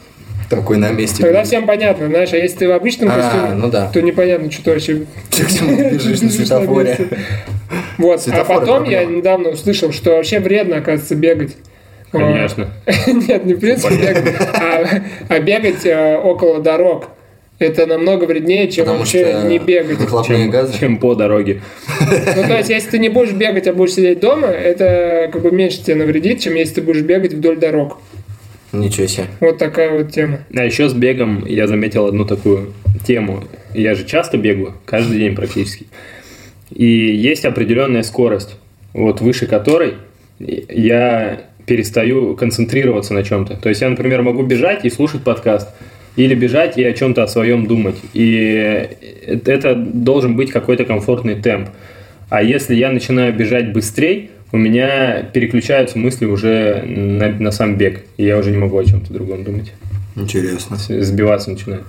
[SPEAKER 3] Такой на месте.
[SPEAKER 1] Тогда всем понятно, знаешь, а если ты в обычном
[SPEAKER 3] А,
[SPEAKER 1] костюме,
[SPEAKER 3] ну да.
[SPEAKER 1] то непонятно, что ты вообще
[SPEAKER 3] *laughs*
[SPEAKER 1] *laughs*
[SPEAKER 3] Ты к чему бежишь на
[SPEAKER 1] бежишь
[SPEAKER 3] светофоре.
[SPEAKER 1] месте. Вот, а
[SPEAKER 3] Светофоры
[SPEAKER 1] потом я
[SPEAKER 3] проблема.
[SPEAKER 1] недавно услышал, что вообще вредно, оказывается, бегать. А,
[SPEAKER 2] Конечно.
[SPEAKER 1] *laughs* Нет, не в принципе бегать, а- а бегать э, около дорог. Это намного вреднее, чем
[SPEAKER 3] Потому
[SPEAKER 1] вообще
[SPEAKER 3] что
[SPEAKER 1] не
[SPEAKER 3] *laughs*
[SPEAKER 1] бегать.
[SPEAKER 3] выхлопные газы.
[SPEAKER 2] Чем по дороге.
[SPEAKER 1] Ну, то есть, если ты не будешь бегать, а будешь сидеть дома, это как бы меньше тебе навредит, чем если ты будешь бегать вдоль дорог.
[SPEAKER 3] Ничего себе.
[SPEAKER 1] Вот такая вот тема.
[SPEAKER 2] А еще с бегом я заметил одну такую тему. Я же часто бегаю, каждый день практически. И есть определенная скорость, вот выше которой я перестаю концентрироваться на чем-то. То есть я, например, могу бежать и слушать подкаст, или бежать и о чем-то о своем думать. И это должен быть какой-то комфортный темп. А если я начинаю бежать быстрее, у меня переключаются мысли уже на, на сам бег, и я уже не могу о чем-то другом думать
[SPEAKER 3] Интересно.
[SPEAKER 2] с- сбиваться начинаю.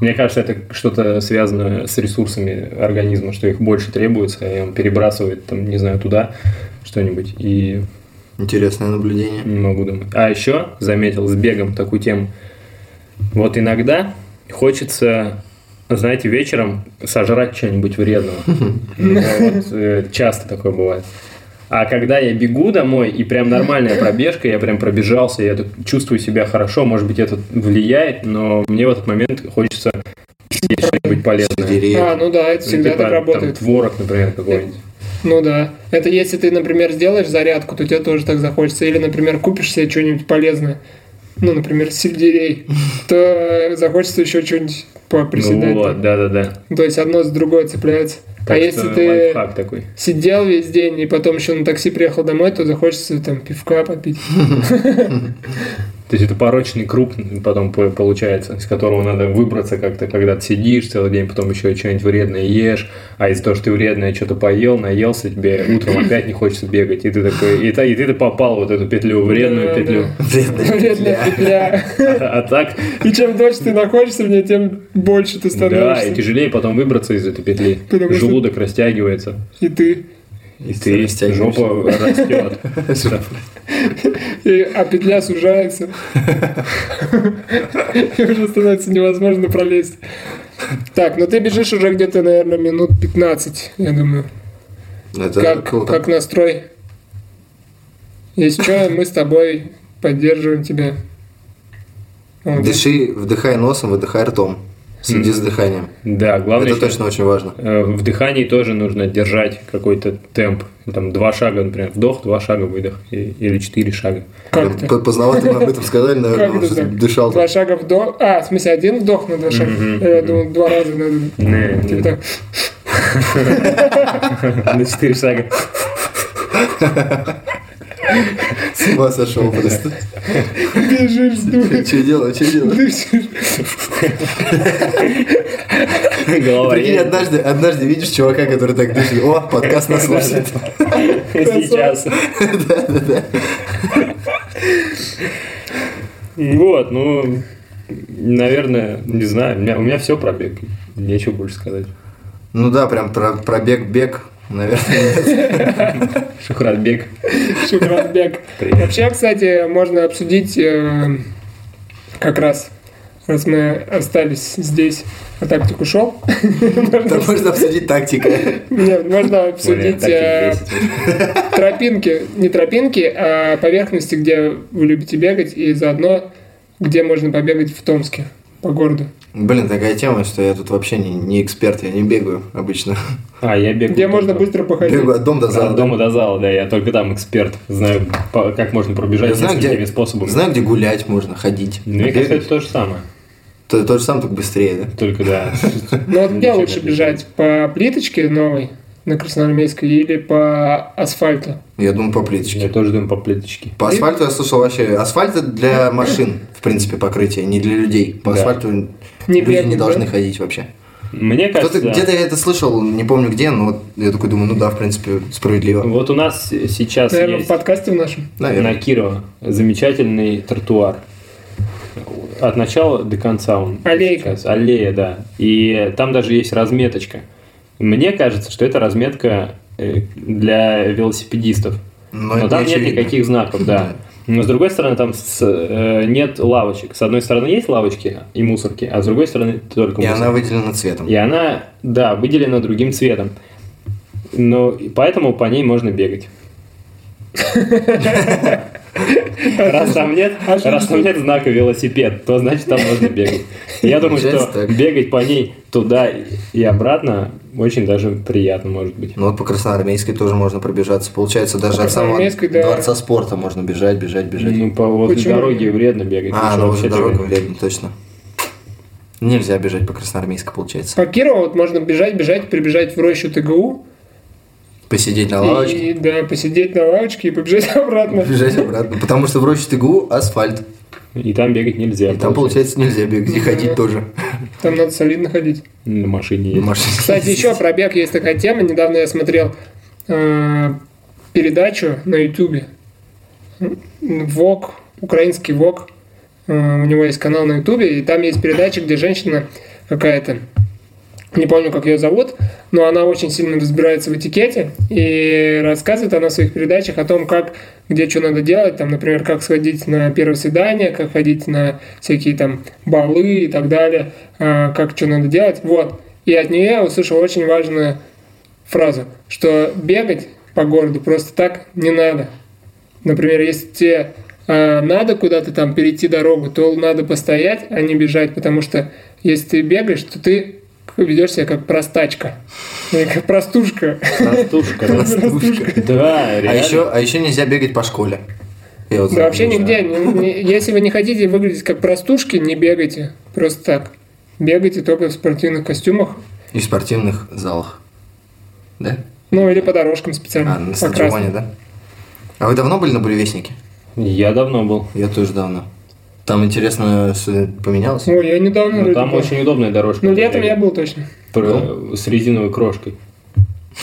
[SPEAKER 2] Мне кажется, это что-то связано с ресурсами организма, что их больше требуется, и он перебрасывает, там, не знаю, туда что-нибудь. И
[SPEAKER 3] Интересное наблюдение.
[SPEAKER 2] Не могу думать. А еще заметил с бегом такую тему. Вот иногда хочется, знаете, вечером сожрать что-нибудь вредного. Ну, вот, э, часто такое бывает. А когда я бегу домой, и прям нормальная пробежка, я прям пробежался, я так чувствую себя хорошо, может быть, это влияет, но мне в этот момент хочется съесть что-нибудь полезное.
[SPEAKER 3] Деревья.
[SPEAKER 1] А, ну да, это всегда
[SPEAKER 2] Типа,
[SPEAKER 1] так
[SPEAKER 2] там,
[SPEAKER 1] работает.
[SPEAKER 2] творог, например, какой-нибудь.
[SPEAKER 1] Ну да. Это если ты, например, сделаешь зарядку, то тебе тоже так захочется. Или, например, купишь себе что-нибудь полезное. Ну,
[SPEAKER 2] *laughs*
[SPEAKER 1] например, сельдерей. То э, захочется еще что-нибудь
[SPEAKER 2] Ну
[SPEAKER 1] поприседать.
[SPEAKER 2] вот, да-да-да.
[SPEAKER 1] То есть одно с другой цепляется. а
[SPEAKER 2] Так
[SPEAKER 1] если
[SPEAKER 2] что
[SPEAKER 1] ты
[SPEAKER 2] лайфхак такой.
[SPEAKER 1] сидел весь день и потом еще на такси приехал домой, то захочется там пивка попить.
[SPEAKER 2] То есть это порочный круг потом по- получается, из которого надо выбраться как-то, когда ты сидишь целый день, потом еще что-нибудь вредное ешь, а из-за того, что ты вредное что-то поел, наелся, тебе утром опять не хочется бегать, и ты такой, и, та- и ты попал в вот эту петлю, вредную
[SPEAKER 1] Да,
[SPEAKER 2] петлю.
[SPEAKER 1] Вредная петля.
[SPEAKER 2] А так,
[SPEAKER 1] И чем дольше ты находишься в ней, тем больше
[SPEAKER 2] да,
[SPEAKER 1] ты
[SPEAKER 2] и
[SPEAKER 1] становишься.
[SPEAKER 2] тяжелее потом выбраться из этой петли.
[SPEAKER 1] Потому что-
[SPEAKER 2] Желудок растягивается,
[SPEAKER 1] И ты.
[SPEAKER 2] и ты
[SPEAKER 3] растягиваешься.
[SPEAKER 2] жопа растет.
[SPEAKER 1] И, а петля сужается. И уже становится невозможно пролезть. Так, ну ты бежишь уже где-то, наверное, минут 15, я думаю.
[SPEAKER 3] *laughs* Это
[SPEAKER 1] Как,
[SPEAKER 3] круто.
[SPEAKER 1] как настрой? Если что, мы с тобой поддерживаем тебя. Вот.
[SPEAKER 3] Дыши, вдыхай носом, выдыхай ртом. Следи за дыханием.
[SPEAKER 2] Да, главное,
[SPEAKER 3] Это
[SPEAKER 2] ещё-
[SPEAKER 3] точно очень важно.
[SPEAKER 2] Э, В дыхании тоже нужно держать какой-то темп. Там два шага, например, вдох, два шага, выдох. и- Или четыре шага.
[SPEAKER 1] Как ты?
[SPEAKER 3] П- Поздновато мы об
[SPEAKER 1] *laughs*
[SPEAKER 3] этом сказали, наверное,
[SPEAKER 1] Как
[SPEAKER 3] потому
[SPEAKER 1] это
[SPEAKER 3] что ты
[SPEAKER 1] так?
[SPEAKER 3] дышал.
[SPEAKER 1] Два шага вдох. А, в смысле, один вдох на два шага. Я думал, два раза надо.
[SPEAKER 2] Не,
[SPEAKER 1] Типа
[SPEAKER 2] не.
[SPEAKER 1] так.
[SPEAKER 2] На четыре
[SPEAKER 3] *laughs*
[SPEAKER 2] шага.
[SPEAKER 3] С ума сошел просто.
[SPEAKER 1] *laughs* Бежишь, дуешь,
[SPEAKER 3] Че делать, че делать?
[SPEAKER 1] дышишь.
[SPEAKER 2] Голова
[SPEAKER 3] Прикинь,
[SPEAKER 2] едет. *laughs*
[SPEAKER 3] однажды, однажды видишь чувака, который так дышит. О, подкаст нас слушает.
[SPEAKER 2] Сейчас.
[SPEAKER 3] *laughs*
[SPEAKER 2] Вот, ну, наверное, не знаю. У меня, у меня все про бег. Нечего больше сказать.
[SPEAKER 3] Ну да, прям про- пробег-бег, наверное.
[SPEAKER 2] Шухрат бег.
[SPEAKER 1] Шукранбек.
[SPEAKER 2] Привет.
[SPEAKER 1] Вообще, кстати, можно обсудить э, как раз, раз мы остались здесь, а тактик ушел. *laughs*
[SPEAKER 3] Там можно обсудить тактику.
[SPEAKER 1] Нет, можно
[SPEAKER 2] Блин,
[SPEAKER 1] обсудить
[SPEAKER 2] так и
[SPEAKER 1] э,
[SPEAKER 2] есть.
[SPEAKER 1] тропинки, не тропинки, а поверхности, где вы любите бегать, и заодно, где можно побегать в Томске по городу.
[SPEAKER 3] Блин, такая тема, что я тут вообще не, не эксперт, я не бегаю обычно.
[SPEAKER 2] А, я бегу.
[SPEAKER 1] Где можно
[SPEAKER 2] только
[SPEAKER 1] быстро походить.
[SPEAKER 3] Бегаю от дома до зала.
[SPEAKER 2] От дома до зала, да, я только там эксперт. Знаю, по- как можно
[SPEAKER 3] Я
[SPEAKER 2] пробежать
[SPEAKER 3] знаю,
[SPEAKER 2] несколькими
[SPEAKER 3] где,
[SPEAKER 2] способами.
[SPEAKER 3] знаю, где гулять можно, ходить.
[SPEAKER 2] Ну, Мне кажется, это то же самое.
[SPEAKER 3] То, то же самое, только быстрее, да?
[SPEAKER 2] Только
[SPEAKER 3] *laughs*
[SPEAKER 2] да.
[SPEAKER 1] Но Ну, вот где
[SPEAKER 2] Ничего
[SPEAKER 1] лучше
[SPEAKER 2] не
[SPEAKER 1] бежать? По плиточке новой на Красноармейской или по асфальту?
[SPEAKER 3] Я думаю, по плиточке.
[SPEAKER 2] Я тоже думаю по плиточке.
[SPEAKER 3] По асфальту я слышал вообще. Асфальт это для машин, в принципе, покрытие, не для людей. По
[SPEAKER 2] Да.
[SPEAKER 3] асфальту
[SPEAKER 1] Не
[SPEAKER 3] люди
[SPEAKER 1] бегать,
[SPEAKER 3] не
[SPEAKER 1] да?
[SPEAKER 3] должны ходить вообще.
[SPEAKER 2] Мне
[SPEAKER 3] Кто-то
[SPEAKER 2] кажется, да.
[SPEAKER 3] где-то я это слышал, не помню где, но вот я такой думаю, ну да, в принципе, справедливо.
[SPEAKER 2] вот у нас сейчас
[SPEAKER 1] Наверное, в
[SPEAKER 2] есть
[SPEAKER 1] подкасте в нашем.
[SPEAKER 3] Наверное.
[SPEAKER 2] Ну, на Кирова замечательный тротуар. От начала до конца он.
[SPEAKER 1] Аллейка.
[SPEAKER 2] сейчас. Аллея, да. И там даже есть разметочка. Мне кажется, что это разметка э, для велосипедистов. Но,
[SPEAKER 3] это
[SPEAKER 2] там
[SPEAKER 3] не
[SPEAKER 2] ну, нет
[SPEAKER 3] очевидно.
[SPEAKER 2] никаких знаков, да. Но с другой стороны, там с, э, нет лавочек. С одной стороны есть лавочки и мусорки, а с другой стороны только
[SPEAKER 3] И
[SPEAKER 2] мусорки.
[SPEAKER 3] она выделена цветом.
[SPEAKER 2] И она, да, выделена другим цветом. Но и поэтому по ней можно бегать. Раз там нет,
[SPEAKER 1] А
[SPEAKER 2] раз там нет знака велосипед, то значит там можно бегать. Я думаю, что
[SPEAKER 3] Получается так.
[SPEAKER 2] бегать по ней туда и обратно очень даже приятно может быть.
[SPEAKER 3] Ну вот по Красноармейской тоже можно пробежаться. Получается, даже от самого
[SPEAKER 1] Красноармейской, да.
[SPEAKER 3] дворца спорта можно бежать, бежать, бежать.
[SPEAKER 2] Ну, по возле
[SPEAKER 1] Почему?
[SPEAKER 2] дороги вредно бегать.
[SPEAKER 3] а,
[SPEAKER 2] лучше
[SPEAKER 3] ну
[SPEAKER 2] вообще
[SPEAKER 3] возле дороги
[SPEAKER 2] бегать.
[SPEAKER 3] вредно, точно. Нельзя бежать по Красноармейской, получается.
[SPEAKER 1] По Кирову вот можно бежать, бежать, прибежать в рощу ТГУ
[SPEAKER 3] Посидеть на лавочке,
[SPEAKER 2] *laughs*
[SPEAKER 1] и да, посидеть на лавочке и побежать *laughs* обратно.
[SPEAKER 3] бежать обратно. Потому что в роще ТГУ асфальт.
[SPEAKER 2] И там бегать нельзя.
[SPEAKER 3] И там, получается, нельзя бегать и ходить тоже.
[SPEAKER 1] Там надо солидно ходить.
[SPEAKER 2] На машине ездить.
[SPEAKER 3] Машина.
[SPEAKER 1] Кстати, еще про бег есть такая тема. Недавно я смотрел э, передачу на Ютубе. Вок, украинский Вок. Э, у него есть канал на Ютубе, и там есть передача, где женщина какая-то не помню, как ее зовут, но она очень сильно разбирается в этикете и рассказывает она в своих передачах о том, как, где что надо делать, там, например, как сходить на первое свидание, как ходить на всякие там балы и так далее, а, как что надо делать, вот. И от нее я услышал очень важную фразу, что бегать по городу просто так не надо. Например, если тебе а, надо куда-то там перейти дорогу, то надо постоять, а не бежать, потому что если ты бегаешь, то ты ведешь себя как простачка, *laughs* Или как простушка.
[SPEAKER 3] *laughs*
[SPEAKER 2] Растушка, растушка. Да, реально.
[SPEAKER 3] А еще, а еще нельзя бегать по школе. Я вот
[SPEAKER 1] Да вообще
[SPEAKER 3] не
[SPEAKER 1] нигде.
[SPEAKER 3] знаю.
[SPEAKER 1] не- не- Если вы не хотите выглядеть как простушки, не бегайте. Просто так. Бегайте только в спортивных костюмах.
[SPEAKER 3] И в спортивных залах. Да?
[SPEAKER 1] Ну или по дорожкам специально.
[SPEAKER 3] А,
[SPEAKER 1] по
[SPEAKER 3] на
[SPEAKER 1] красным.
[SPEAKER 3] стадионе, да? А вы давно были на буревестнике?
[SPEAKER 2] Я давно был.
[SPEAKER 3] Я тоже давно. Там, интересно, что поменялось?
[SPEAKER 1] Ой, я недавно
[SPEAKER 2] Ну,
[SPEAKER 1] вроде
[SPEAKER 2] там
[SPEAKER 1] был.
[SPEAKER 2] очень удобная дорожка.
[SPEAKER 1] Ну летом я был точно.
[SPEAKER 2] Про- э, С резиновой крошкой.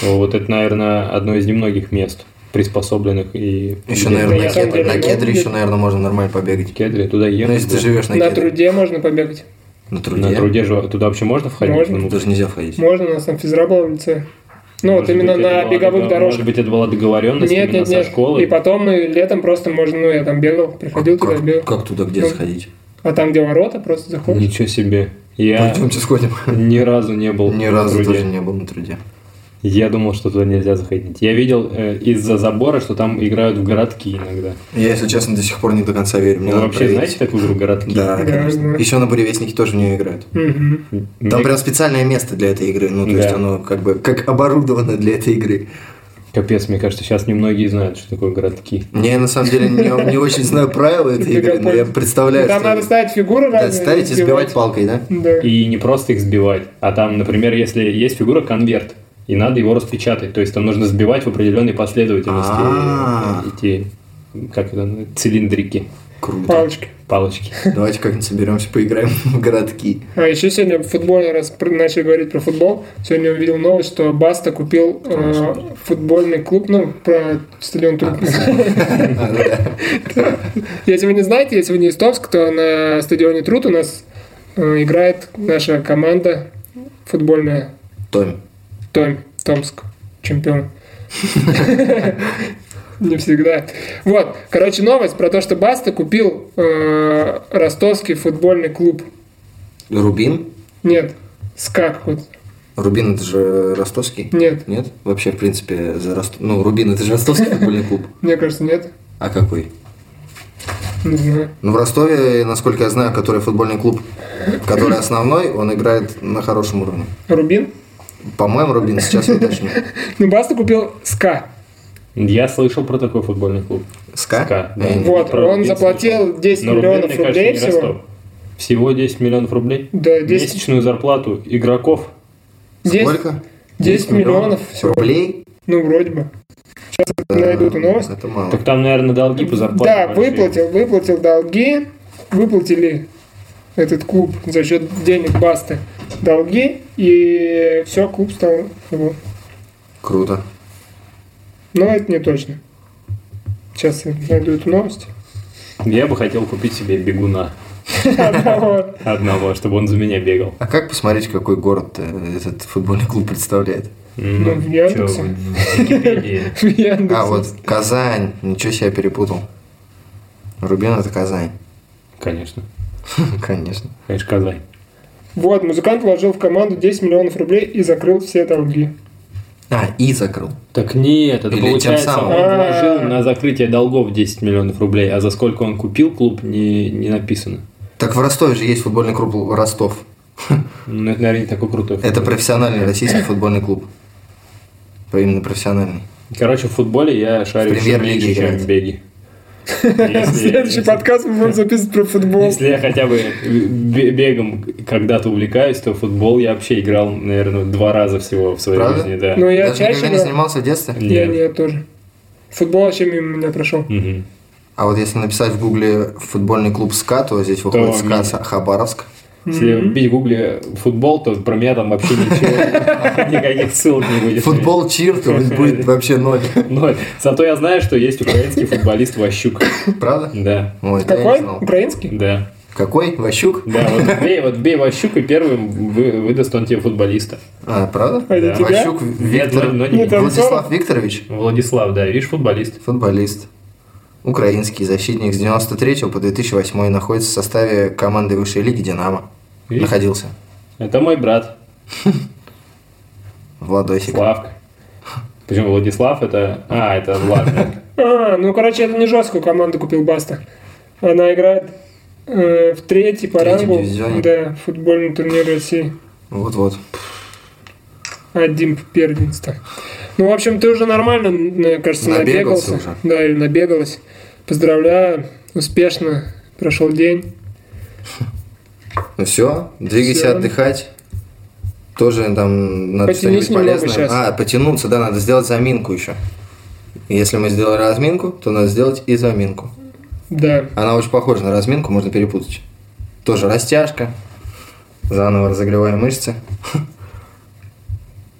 [SPEAKER 2] Ну, Вот это, наверное, одно из немногих мест, приспособленных и...
[SPEAKER 3] Еще,
[SPEAKER 2] где-
[SPEAKER 3] наверное,
[SPEAKER 1] я
[SPEAKER 3] на
[SPEAKER 1] сам
[SPEAKER 3] кедре,
[SPEAKER 1] делаю.
[SPEAKER 3] на кедре еще, наверное, можно нормально побегать.
[SPEAKER 2] Кедри, туда
[SPEAKER 3] Ну,
[SPEAKER 2] ехать.
[SPEAKER 3] если ты
[SPEAKER 2] да.
[SPEAKER 3] живешь на
[SPEAKER 1] На
[SPEAKER 3] кедре.
[SPEAKER 1] труде можно побегать.
[SPEAKER 3] На труде.
[SPEAKER 2] На труде же а туда вообще можно входить?
[SPEAKER 1] Можно.
[SPEAKER 2] Ну,
[SPEAKER 3] Даже нельзя входить.
[SPEAKER 1] Можно, у нас там физра была в лице. Ну вот
[SPEAKER 2] может
[SPEAKER 1] именно
[SPEAKER 2] быть, это
[SPEAKER 1] на
[SPEAKER 2] была
[SPEAKER 1] беговых
[SPEAKER 2] договор-
[SPEAKER 1] дорожках.
[SPEAKER 2] Может быть, это была договоренность
[SPEAKER 1] Нет,
[SPEAKER 2] именно
[SPEAKER 1] нет,
[SPEAKER 2] со
[SPEAKER 1] нет.
[SPEAKER 2] школой?
[SPEAKER 1] И потом мы летом просто можно, ну я там бегал, приходил туда,
[SPEAKER 3] Как,
[SPEAKER 1] бегал.
[SPEAKER 3] как туда где
[SPEAKER 1] Ну,
[SPEAKER 3] сходить?
[SPEAKER 1] А там, где ворота, просто заходишь.
[SPEAKER 2] Ничего себе. Я
[SPEAKER 3] Пойдемте сходим.
[SPEAKER 2] ни разу не был
[SPEAKER 3] Ни
[SPEAKER 2] на
[SPEAKER 3] разу
[SPEAKER 2] труде.
[SPEAKER 3] тоже не был на труде.
[SPEAKER 2] Я думал, что туда нельзя заходить. Я видел э, из-за забора, что там играют в городки иногда.
[SPEAKER 3] Я, если честно, до сих пор не до конца верю. Мне
[SPEAKER 2] Вы
[SPEAKER 3] надо
[SPEAKER 2] Ну, вообще
[SPEAKER 3] проверить.
[SPEAKER 2] знаете такую игру городки?
[SPEAKER 3] Ну, Да,
[SPEAKER 1] Да,
[SPEAKER 3] конечно.
[SPEAKER 1] знаю.
[SPEAKER 3] Еще на буревестнике тоже в нее играют.
[SPEAKER 1] Мгм.
[SPEAKER 2] Мне-
[SPEAKER 3] Там прям специальное место для этой игры. Ну, то
[SPEAKER 2] Да.
[SPEAKER 3] есть оно как бы как оборудовано для этой игры.
[SPEAKER 2] Капец, мне кажется, сейчас немногие знают, что такое городки.
[SPEAKER 3] Я на самом деле не, не очень
[SPEAKER 2] *laughs*
[SPEAKER 3] знаю правила этой игры, но ну, я представляю,
[SPEAKER 1] Там надо
[SPEAKER 3] что
[SPEAKER 1] ставить фигуры
[SPEAKER 3] Да,
[SPEAKER 1] разные,
[SPEAKER 3] ставить и сбивать палкой, да?
[SPEAKER 1] Да.
[SPEAKER 2] И не просто их сбивать, а там, например, если есть фигура конверт, и надо его распечатать. То есть там нужно сбивать в определенной последовательности
[SPEAKER 3] А.
[SPEAKER 2] э, эти, как это, ну, цилиндрики,
[SPEAKER 3] Круто.
[SPEAKER 1] Палочки.
[SPEAKER 2] палочки.
[SPEAKER 3] Давайте как-нибудь соберемся, поиграем *laughs* в городки.
[SPEAKER 1] А еще сегодня в футболе, раз пр- начали говорить про футбол, сегодня увидел новость, что Баста купил э, футбольный клуб, ну, про
[SPEAKER 3] А,
[SPEAKER 1] стадион Туркмен. *laughs* Если вы не знаете, если вы не из Томска, то на стадионе Труд у нас э, играет наша команда футбольная
[SPEAKER 3] Томи.
[SPEAKER 1] Том, Томск, чемпион. Не всегда. Вот, короче, новость про то, что Баста купил э, ростовский футбольный клуб.
[SPEAKER 3] Рубин?
[SPEAKER 1] Нет, СКА какой-то.
[SPEAKER 3] Рубин это же ростовский?
[SPEAKER 1] Нет,
[SPEAKER 3] Нет? Вообще, в принципе, за Рост- Ну, Рубин это же ростовский футбольный клуб.
[SPEAKER 1] мне кажется, нет.
[SPEAKER 3] А какой?
[SPEAKER 1] Не знаю.
[SPEAKER 3] Ну, в Ростове, насколько я знаю, который футбольный клуб, который основной, он играет на хорошем уровне.
[SPEAKER 1] Рубин?
[SPEAKER 3] По-моему, Рубин, сейчас я уточню.
[SPEAKER 1] Ну, Баста купил СКА.
[SPEAKER 2] Я слышал про такой футбольный клуб.
[SPEAKER 3] СКА? Э,
[SPEAKER 2] СКА, да.
[SPEAKER 3] Я не-
[SPEAKER 1] Вот,
[SPEAKER 2] Про
[SPEAKER 1] он
[SPEAKER 2] Рубин
[SPEAKER 1] заплатил
[SPEAKER 2] слышал.
[SPEAKER 1] 10
[SPEAKER 2] Но Рубин,
[SPEAKER 1] миллионов
[SPEAKER 2] мне кажется,
[SPEAKER 1] рублей
[SPEAKER 2] не
[SPEAKER 1] всего.
[SPEAKER 2] Ростов. Всего 10 миллионов рублей?
[SPEAKER 1] Да, 10.
[SPEAKER 2] Месячную зарплату игроков
[SPEAKER 1] 10,
[SPEAKER 3] Сколько?
[SPEAKER 1] 10 миллионов всего.
[SPEAKER 3] Рублей?
[SPEAKER 1] Ну, вроде бы.
[SPEAKER 3] Э,
[SPEAKER 1] Сейчас найду эту новость.
[SPEAKER 3] Это мало.
[SPEAKER 2] Так там, наверное, долги по зарплате.
[SPEAKER 1] Да,
[SPEAKER 2] большие.
[SPEAKER 1] выплатил, выплатил долги, выплатили этот клуб за счет денег Басты долги, и все, клуб стал его.
[SPEAKER 3] Круто.
[SPEAKER 1] Но это не точно. Сейчас я найду эту новость. *laughs*
[SPEAKER 2] Я бы хотел купить себе бегуна
[SPEAKER 1] Вот.
[SPEAKER 2] одного, чтобы он за меня бегал.
[SPEAKER 3] А как посмотреть, какой город э, этот футбольный клуб представляет?
[SPEAKER 1] Ну, в Яндексе.
[SPEAKER 2] чё вы, в
[SPEAKER 3] *laughs*
[SPEAKER 2] Википедии.
[SPEAKER 1] В Яндексе.
[SPEAKER 3] А, вот Казань. Ничего себе, я перепутал. Рубин это Казань. *laughs*
[SPEAKER 2] Конечно.
[SPEAKER 3] Конечно.
[SPEAKER 2] Конечно, Казань.
[SPEAKER 1] Вот, музыкант вложил в команду 10 миллионов рублей и закрыл все долги.
[SPEAKER 3] А, и закрыл.
[SPEAKER 2] Так нет, это
[SPEAKER 3] Или тем
[SPEAKER 2] получается, он
[SPEAKER 3] самым.
[SPEAKER 2] вложил
[SPEAKER 1] А.
[SPEAKER 2] на закрытие долгов 10 миллионов рублей, а за сколько он купил клуб, не, не написано.
[SPEAKER 3] Так в Ростове же есть футбольный клуб Ростов.
[SPEAKER 2] Ну, это, наверное, не такой крутой.
[SPEAKER 3] Это
[SPEAKER 2] футбол.
[SPEAKER 3] профессиональный российский футбольный клуб. Именно профессиональный.
[SPEAKER 2] Короче, в футболе я шарю еще
[SPEAKER 3] премьер-лиге
[SPEAKER 2] меньше, чем
[SPEAKER 3] играет.
[SPEAKER 2] в беге. Если-
[SPEAKER 1] *laughs* Следующий
[SPEAKER 2] если-
[SPEAKER 1] подкаст мы будем записывать про футбол.
[SPEAKER 2] Если я хотя бы бе- бегом когда-то увлекаюсь, то в футбол я вообще играл, наверное, два раза всего в своей
[SPEAKER 3] Правда?
[SPEAKER 2] жизни, да.
[SPEAKER 1] Но я
[SPEAKER 3] Даже
[SPEAKER 1] чаще...
[SPEAKER 3] никогда не
[SPEAKER 1] играл.
[SPEAKER 3] занимался в детстве?
[SPEAKER 1] Я нет, тоже. Футбол вообще мимо меня прошел.
[SPEAKER 2] Мгм.
[SPEAKER 3] А вот если написать в гугле футбольный клуб СКА, то здесь выходит СКА Са- Хабаровск.
[SPEAKER 2] Если вбить в гугле футбол, то про меня там вообще ничего, *laughs* никаких ссылок не будет.
[SPEAKER 3] Футбол чир, то
[SPEAKER 2] *laughs*
[SPEAKER 3] будет вообще ноль.
[SPEAKER 2] Но зато я знаю, что есть украинский футболист Ващук.
[SPEAKER 3] Правда?
[SPEAKER 2] Да,
[SPEAKER 3] Ой, это я не
[SPEAKER 1] Какой?
[SPEAKER 3] знал.
[SPEAKER 1] Украинский?
[SPEAKER 2] да.
[SPEAKER 3] Какой? Ващук?
[SPEAKER 2] Да, вот бей, вот бей Ващук, и первым вы- выдаст он тебе футболиста.
[SPEAKER 3] А, правда?
[SPEAKER 1] А это
[SPEAKER 2] Да.
[SPEAKER 1] тебя?
[SPEAKER 3] Ващук
[SPEAKER 2] Нет,
[SPEAKER 3] Виктор...
[SPEAKER 2] но, но
[SPEAKER 1] Нет,
[SPEAKER 2] не.
[SPEAKER 1] а-
[SPEAKER 3] Владислав Викторович,
[SPEAKER 2] Владислав, да, видишь, футболист.
[SPEAKER 3] футболист. Украинский защитник с 93 по 2008 находится в составе команды высшей лиги «Динамо».
[SPEAKER 2] Видишь?
[SPEAKER 3] Находился.
[SPEAKER 2] Это мой брат,
[SPEAKER 3] Владосик.
[SPEAKER 2] Славка. Почему Владислав это... А, это ладно.
[SPEAKER 1] А, ну, короче, это не жесткую команду купил Баста. Она играет э, в третий по
[SPEAKER 3] Третьем
[SPEAKER 1] рангу.
[SPEAKER 3] дивизионе.
[SPEAKER 1] Да, футбольный турнир России.
[SPEAKER 3] Вот-вот.
[SPEAKER 1] Один первенство. Ну, в общем, ты уже нормально, мне кажется,
[SPEAKER 3] Набегался
[SPEAKER 1] набегался.
[SPEAKER 3] уже.
[SPEAKER 1] Да, или набегалась. Поздравляю, успешно прошел день.
[SPEAKER 3] Ну все, двигайся
[SPEAKER 1] Всё.
[SPEAKER 3] отдыхать. Тоже там надо
[SPEAKER 1] Потянись
[SPEAKER 3] что-нибудь
[SPEAKER 1] немного
[SPEAKER 3] полезное.
[SPEAKER 1] щас.
[SPEAKER 3] А, потянуться, да, надо сделать заминку еще. Если мы сделали разминку, то надо сделать и заминку.
[SPEAKER 1] Да.
[SPEAKER 3] Она очень похожа на разминку, можно перепутать. Тоже растяжка. Заново разогреваем мышцы. *laughs*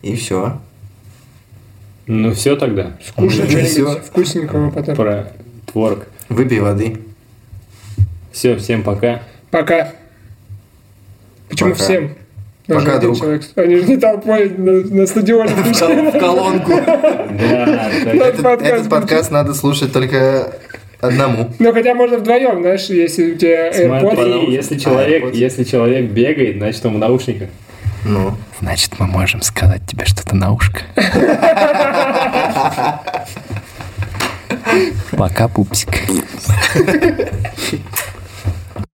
[SPEAKER 3] И все.
[SPEAKER 2] Ну все тогда.
[SPEAKER 1] Кушай
[SPEAKER 3] Ну, всё.
[SPEAKER 1] что-нибудь вкусненького потом.
[SPEAKER 2] Про творог.
[SPEAKER 1] *laughs*
[SPEAKER 3] Выпей воды.
[SPEAKER 2] Все, всем пока.
[SPEAKER 1] Пока. Почему
[SPEAKER 3] Пока.
[SPEAKER 1] всем? Даже
[SPEAKER 3] Пока,
[SPEAKER 1] один
[SPEAKER 3] друг.
[SPEAKER 1] человек. Они же не толпой на, на
[SPEAKER 3] *laughs*
[SPEAKER 1] стадионе.
[SPEAKER 3] В кол- в колонку.
[SPEAKER 2] Да, да.
[SPEAKER 1] Этот
[SPEAKER 3] Этот этот подкаст надо слушать только одному.
[SPEAKER 1] Ну, хотя можно вдвоем, знаешь, если у тебя AirPods.
[SPEAKER 2] Смотри, если человек,
[SPEAKER 3] вот.
[SPEAKER 2] если человек бегает, значит он в наушниках.
[SPEAKER 3] Ну.
[SPEAKER 6] Значит, мы можем сказать тебе что-то на ушко. Пока, пупсик.